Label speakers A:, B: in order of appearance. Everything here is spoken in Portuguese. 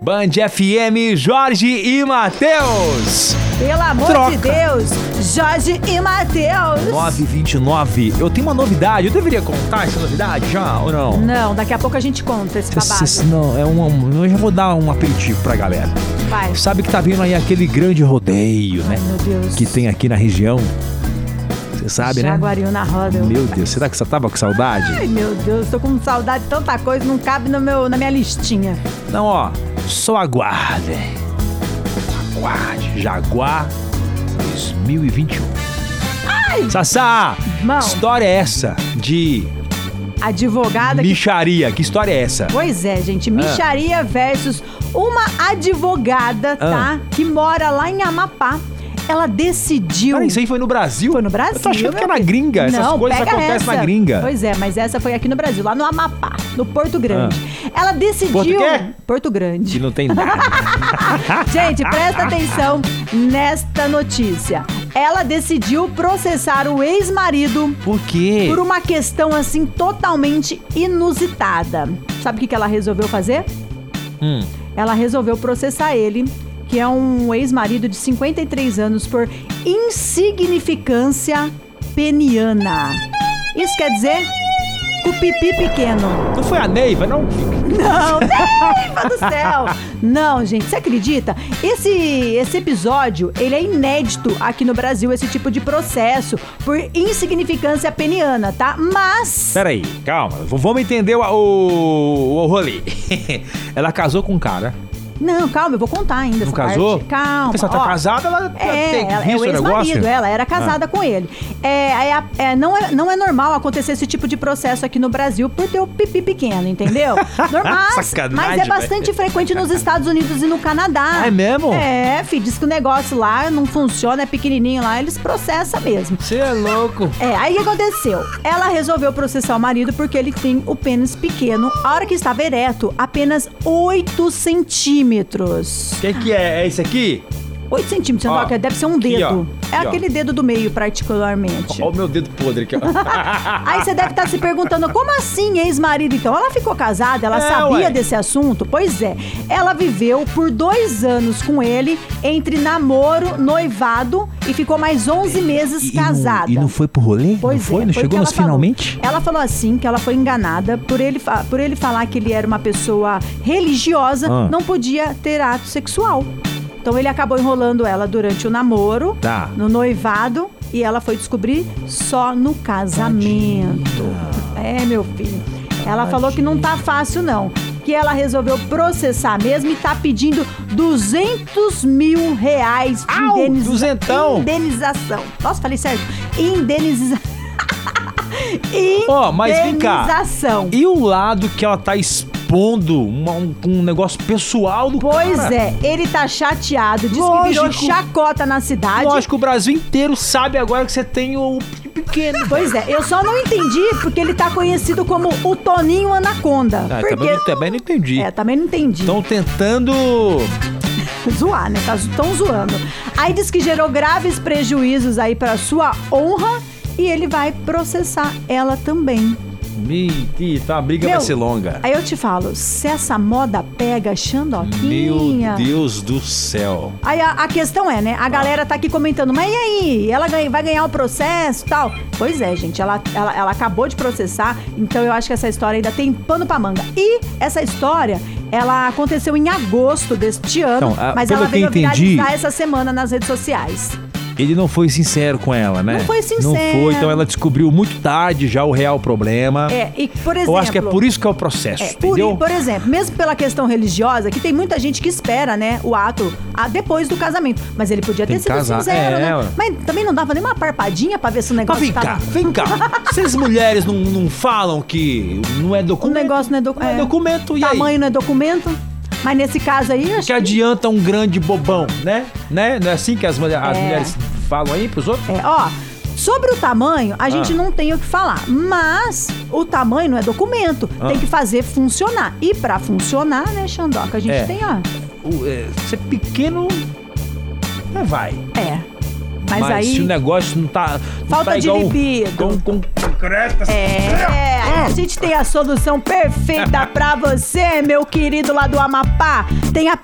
A: Band FM, Jorge e Matheus.
B: Pelo amor
A: Troca.
B: de Deus, Jorge e Matheus.
A: 929. Eu tenho uma novidade. Eu deveria contar essa novidade já ou não?
B: Não, daqui a pouco a gente conta esse Hum, babado.
A: Cês- Não, é um, eu já vou dar um aperitivo pra galera.
B: Vai.
A: Sabe que tá vindo aí aquele grande rodeio, né?
B: Ai, meu Deus.
A: Que tem aqui na região. Você sabe, né?
B: Jaguariú na roda. eu-
A: Meu Deus, será que você tava com saudade?
B: Ai, meu Deus, tô com saudade de tanta coisa, não cabe no meu, na minha listinha.
A: Então, ó, só aguarde. Aguarde. Jaguar 2021. Sassá,
B: Irmão.
A: história é essa de
B: Advogada que
A: micharia? Que história é essa?
B: Pois é, gente.
A: Ah.
B: Micharia versus uma advogada,
A: Ah.
B: tá? Que mora lá em Amapá. Ela decidiu.
A: Cara, isso aí foi no Brasil?
B: Foi no Brasil.
A: Eu tô achando
B: meu
A: que é na
B: filho.
A: gringa. Essas
B: Não,
A: coisas
B: pega
A: acontecem
B: essa.
A: na gringa. Ah.
B: Pois é, mas essa foi aqui no Brasil, lá no Amapá, no Porto Grande. Ela decidiu.
A: Porto quê?
B: Porto Grande.
A: Que não tem nada.
B: Gente, presta atenção nesta notícia. Ela decidiu processar o ex-marido
A: Por quê?
B: por uma questão assim totalmente inusitada. Sabe o que que ela resolveu fazer?
A: Hum.
B: Ela resolveu processar ele, que é um ex-marido de 53 anos, por insignificância peniana. Isso quer dizer com pipi pequeno.
A: Não foi a Neiva, não?
B: Não, Neiva do céu! Não, gente, você acredita? Esse, esse episódio, ele é inédito aqui no Brasil, esse tipo de processo, por insignificância peniana, tá? Mas...
A: Peraí, calma. V- Vamos entender o, o, o rolê. ela casou com um cara.
B: Não, calma, eu vou contar ainda
A: Não
B: essa
A: casou?
B: parte. Calma,
A: A pessoa tá
B: ó.
A: casada, ela
B: É,
A: tem
B: ela, é o
A: visto o
B: ex-marido,
A: negócio. Ah.
B: ela era casada com ele. É, é a- é, não, é, não é normal acontecer esse tipo de processo aqui no Brasil por ter o pipi pequeno, entendeu? Normal, mas,
A: Sacanagem,
B: mas é
A: velho.
B: bastante frequente nos Estados Unidos e no Canadá.
A: É mesmo?
B: É, filho, diz que o negócio lá não funciona, é pequenininho lá, eles processam mesmo.
A: Você é louco.
B: É, aí o que aconteceu? Ela resolveu processar o marido porque ele tem o pênis pequeno. A hora que estava ereto, apenas 8 centímetros.
A: O que, que é? É isso aqui?
B: 8 centímetros,
A: Ó,
B: não, que deve ser um
A: Ah, aqui,
B: dedo.
A: ó.
B: é
A: Aqui, ó.
B: aquele dedo do meio, particularmente.
A: Olha o meu dedo podre aqui, ó.
B: Aí você deve estar se perguntando, como assim ex-marido? Então, ela ficou casada, ela
A: É,
B: sabia
A: ué.
B: desse assunto? Pois é. Ela viveu por dois anos com ele, entre namoro, noivado, e ficou mais 11 meses casada.
A: foi pro rolê?
B: Pois é, foi o que ela falou. Ela falou assim que ela foi enganada por ele, fa- por ele falar que ele era uma pessoa religiosa,
A: Ah.
B: não podia ter ato sexual. Então ele acabou enrolando ela durante o namoro,
A: Tá.
B: no noivado, e ela foi descobrir só no casamento. É, meu filho. Ela falou que não tá fácil, não. Que ela resolveu processar mesmo e tá pedindo 200 mil reais de
A: Au,
B: indeniza-
A: duzentão.
B: indenização. Nossa, falei certo. Indenização.
A: Ó, mas vem cá.
B: Indenização.
A: E o lado que ela tá expondo uma- um, um negócio pessoal do
B: Pois
A: cara?
B: é, ele tá chateado, diz que virou
A: Lógico.
B: chacota na cidade.
A: Lógico, o Brasil inteiro sabe agora que você tem o p- pequeno.
B: Pois é, eu só não entendi porque ele tá conhecido como o Toninho Anaconda.
A: Ah,
B: porque...
A: também, também não entendi.
B: É, também não entendi.
A: Estão tentando.
B: zoar, né? Tá, tão zoando. Aí diz que gerou graves prejuízos aí pra sua honra e ele vai processar ela também.
A: Mentira, tá, a briga
B: Meu,
A: vai ser longa.
B: Aí eu te falo, se essa moda pega
A: é
B: Xandoquinha...
A: Meu Deus do céu.
B: Aí a, a questão é, né? A galera tá aqui comentando, mas e aí? Ela ganha- vai ganhar o processo e tal? Pois é, gente, ela, ela, ela acabou de processar, então eu acho que essa história ainda tem pano pra manga. E essa história, ela aconteceu em agosto deste ano,
A: Então, a-
B: mas
A: pelo
B: ela
A: que eu
B: veio
A: entendi-
B: viralizar essa semana nas redes sociais.
A: Ele não foi sincero com ela, né?
B: Não foi
A: Não
B: sincero.
A: foi, então ela descobriu muito tarde já o real problema.
B: É, e por exemplo...
A: Eu acho que é por isso que é o processo,
B: É, por,
A: entendeu?
B: por exemplo, mesmo pela questão religiosa, que tem muita gente que espera, né, o ato a- depois do casamento. Mas ele podia
A: Tem
B: ter
A: que
B: sido
A: casar.
B: sincero,
A: É,
B: né?
A: ué.
B: Mas também não dava nem uma parpadinha pra ver se o
A: Mas
B: negócio
A: vem cá,
B: tava...
A: vem cá. Vocês mulheres não, não falam que não é
B: O
A: documento?
B: negócio não é, docu- é.
A: documento, e aí?
B: Tamanho não é documento. Mas nesse caso aí, acho
A: que adianta um grande bobão, né? né? Não é assim que as, mulher- as
B: É.
A: mulheres falam aí pros outros?
B: É, ó, sobre o tamanho, a gente
A: Ah.
B: não tem o que falar, mas o tamanho não é documento,
A: Ah.
B: tem que fazer funcionar. E pra funcionar, né, Xandoca, a gente
A: É.
B: tem, ó,
A: O- é, ser pequeno, é, vai.
B: é. Mas aí-
A: se o negócio não tá. Não
B: Falta
A: tá
B: de
A: igual,
B: libido.
A: Tão, tão concreta.
B: É, a gente tem a solução perfeita pra você, meu querido lá do Amapá. Tem a